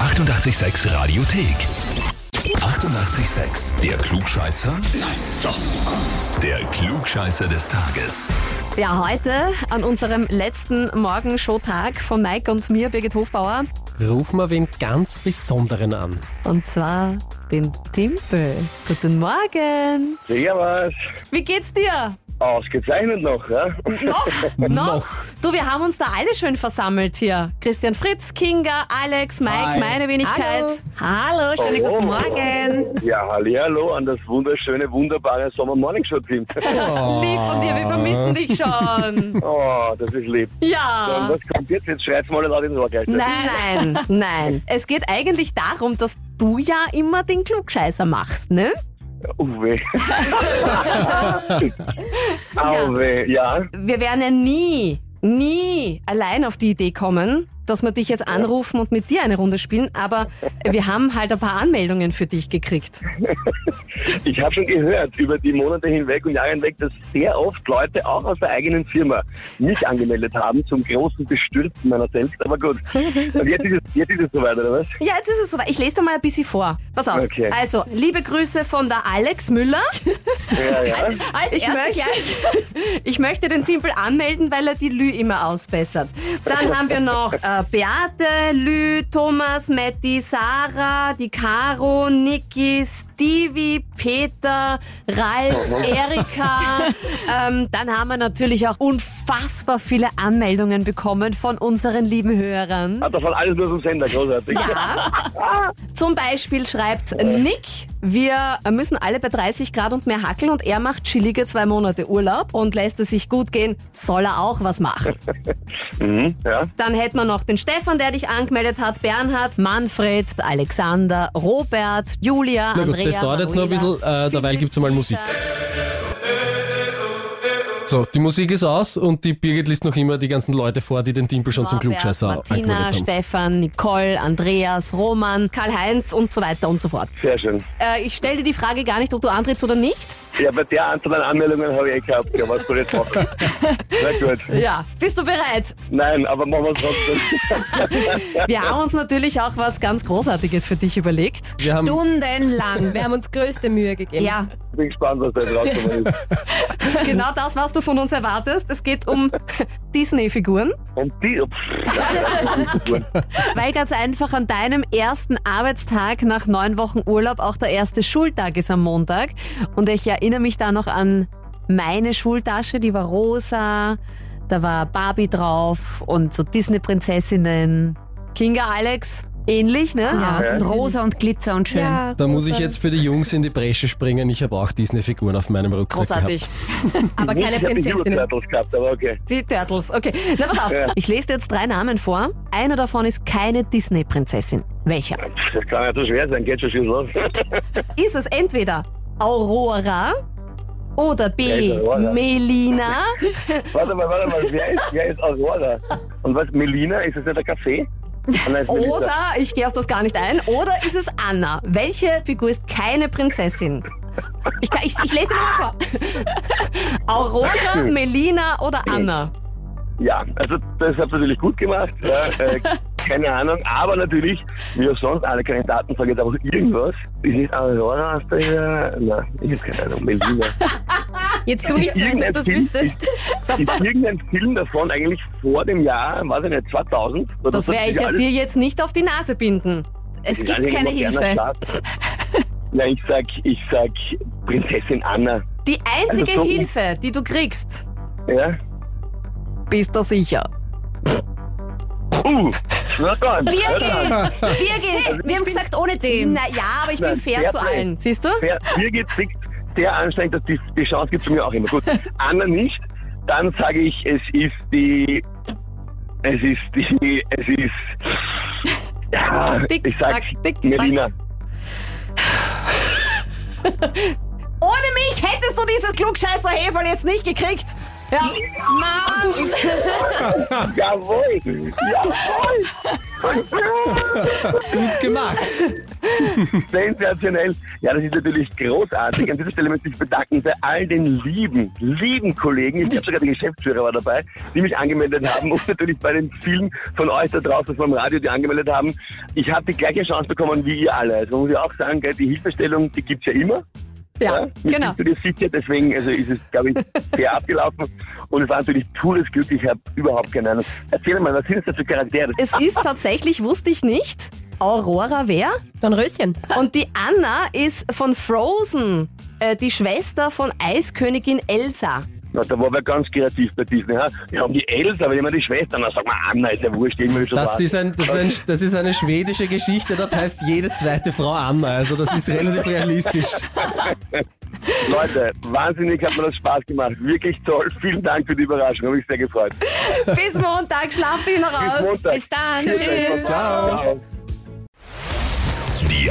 886 Radiothek. 88,6. Der Klugscheißer? Nein, doch. Der Klugscheißer des Tages. Ja, heute an unserem letzten Morgenshowtag von Mike und mir, Birgit Hofbauer. Rufen wir wen ganz Besonderen an. Und zwar den Timpel. Guten Morgen. Servus. Wie geht's dir? Ausgezeichnet noch, ja? Noch? Noch. Du, wir haben uns da alle schön versammelt hier. Christian Fritz, Kinga, Alex, Mike, Hi. Oh. meine Wenigkeit. Hallo, schönen Hallo. guten Morgen. Ja, hallihallo an das wunderschöne, wunderbare Sommer-Morning-Show-Team. Oh. Lieb von dir, wir vermissen dich schon. Oh, das ist lieb. Und Ja. was kommt jetzt? Jetzt schreit's mal laut ins Ohr gleich. Nein, nein, nein. Es geht eigentlich darum, dass du ja immer den Klugscheißer machst, ne? Uwe. Auwe, ja. wir werden ja nie, nie allein auf die Idee kommen, dass wir dich jetzt anrufen und mit dir eine Runde spielen, aber wir haben halt ein paar Anmeldungen für dich gekriegt. Ich habe schon gehört über die Monate hinweg und Jahre hinweg, dass sehr oft Leute auch aus der eigenen Firma mich angemeldet haben, zum großen Bestürzen meiner selbst. Aber gut. Und jetzt ist es, jetzt ist es soweit, oder was? Ja, jetzt ist es soweit. Ich lese dir mal ein bisschen vor. Pass auf. Okay. Also, liebe Grüße von der Alex Müller. Ja, ja. Als Ich erste möchte- gleich. Ich möchte den Timpel anmelden, weil er die Lü immer ausbessert. Dann haben wir noch äh, Beate, Lü, Thomas, Matti, Sarah, die Caro, Niki, Stevie, Peter, Ralf, Erika. Ähm, dann haben wir natürlich auch unfassbar viele Anmeldungen bekommen von unseren lieben Hörern. Hat davon alles nur zum Sender, großartig. Zum Beispiel schreibt Nick, wir müssen alle bei 30 Grad und mehr hackeln und er macht chillige zwei Monate Urlaub und lässt es sich gut gehen, soll er auch was machen. Mhm, ja. Dann hätten wir noch den Stefan, der dich angemeldet hat, Bernhard, Manfred, Alexander, Robert, Julia, Na gut, Andrea. das dauert jetzt noch ein bisschen, äh, dabei gibt's mal Musik. So, die Musik ist aus und die Birgit liest noch immer die ganzen Leute vor, die den Timpel schon zum Klugscheißer Martina, angemeldet haben. Stefan, Nicole, Andreas, Roman, Karl-Heinz und so weiter und so fort. Sehr schön. Äh, ich stelle dir die Frage gar nicht, ob du antrittst oder nicht. Ja, bei der Anzahl an Anmeldungen habe ich eh gehabt. Ja, was soll ich jetzt machen? Na gut. Ja, bist du bereit? Nein, aber machen wir es trotzdem. Wir haben uns natürlich auch was ganz Großartiges für dich überlegt. Wir haben, Stundenlang. Wir haben uns größte Mühe gegeben. Ja, Ich bin gespannt, was da jetzt rausgekommen ist. Genau das, was du von uns erwartest. Es geht um Disney-Figuren. Und die... Pff, Weil ganz einfach an deinem ersten Arbeitstag nach neun Wochen Urlaub auch der erste Schultag ist am Montag. Und ich erinnere mich da noch an meine Schultasche, die war rosa, da war Barbie drauf und so Disney-Prinzessinnen. Kinga Alex, ähnlich, ne? ja. Ja. Und rosa und Glitzer und schön. da muss ich jetzt für die Jungs in die Bresche springen. Ich habe auch Disney-Figuren auf meinem Rucksack Großartig. gehabt. aber keine ich habe die Prinzessinnen. Euro-Turtles gehabt, aber okay. Die Turtles, okay. Na, pass auf. Ja. Ich lese dir jetzt drei Namen vor. Einer davon ist keine Disney-Prinzessin. Welcher? Pff, Das kann ja so schwer sein. Geht schon schön los. ist es entweder Aurora oder B. Ja, ist Aurora. Melina. Warte mal, warte mal. Wer ist, wer ist Aurora? Und was, Melina? Ist das nicht der Kaffee? Ah, nein, ist Melissa. Oder, ich gehe auf das gar nicht ein, oder ist es Anna? Welche Figur ist keine Prinzessin? Ich, kann, ich, ich lese dir mal vor. Aurora, Hm. Melina oder Anna? Ja, also das habt ihr natürlich gut gemacht. Ja, äh, keine Ahnung, aber natürlich, wie auch sonst, alle Kandidaten sagen jetzt einfach irgendwas. Ist nicht Aurora aus der... Nein, ich habe keine Ahnung, Melina. Jetzt du nicht so, als ob du es Irgendein wüsstest. Ist irgendein Film davon eigentlich vor dem Jahr, weiß ich nicht, 2000? Oder Das werde ich ja dir jetzt nicht auf die Nase binden. Es gibt keine Hilfe. Ja, ich sag, ich sag Prinzessin Anna. Die einzige Also so- Hilfe, die du kriegst, Ja? bist du sicher. Uh, na dann. Birgit! Birgit! Wir haben gesagt, ohne den. Na ja, aber ich bin Nein, fair fair zu play. allen. Siehst du? Wer, Birgit kriegt sehr anstrengend, dass die, die Chance gibt es mir auch immer. Gut, Anna nicht, dann sage ich, es ist die... Es ist die... Es ist... Ja, Tick, ich sag tack, tick, Melina. Ohne mich hättest du dieses klugscheißer Heferl jetzt nicht gekriegt. Ja, Mann! Jawohl! Jawohl! Gut gemacht. Sensationell. Ja, das ist natürlich großartig. An dieser Stelle möchte ich bedanken bei all den lieben, lieben Kollegen. Ich glaube sogar der Geschäftsführer war dabei, die mich angemeldet haben und natürlich bei den vielen von euch da draußen vom Radio, die angemeldet haben. Ich habe die gleiche Chance bekommen wie ihr alle. Also man muss ja auch sagen, gell, die Hilfestellung, die gibt's ja immer. Ja, mit genau. Bist du dir sicher? Deswegen also ist es, glaube ich, sehr abgelaufen. Und es war natürlich pures Glück. Ich habe überhaupt keine Ahnung. Erzähl mal, was sind das da für Charaktere? Es ist tatsächlich, wusste ich nicht, Aurora wer? Dann Röschen. Und die Anna ist von Frozen, äh, die Schwester von Eiskönigin Elsa. Na, da war wer ganz kreativ bei Disney. Ha? Wir haben die Elsa, aber immer die Schwestern. Na, sag mal, ah, Anna ist ja wurscht. Irgendwie schon Das was. ist, ein, das, ist ein, das ist eine schwedische Geschichte, dort heißt jede zweite Frau Anna, also das ist relativ realistisch. Leute, wahnsinnig hat mir das Spaß gemacht. Wirklich toll. Vielen Dank für die Überraschung. Habe mich sehr gefreut. Bis Montag, schlaft ihn Bis raus. Montag. Bis dann. Tschüss. Tschüss. Ciao. Ciao. Die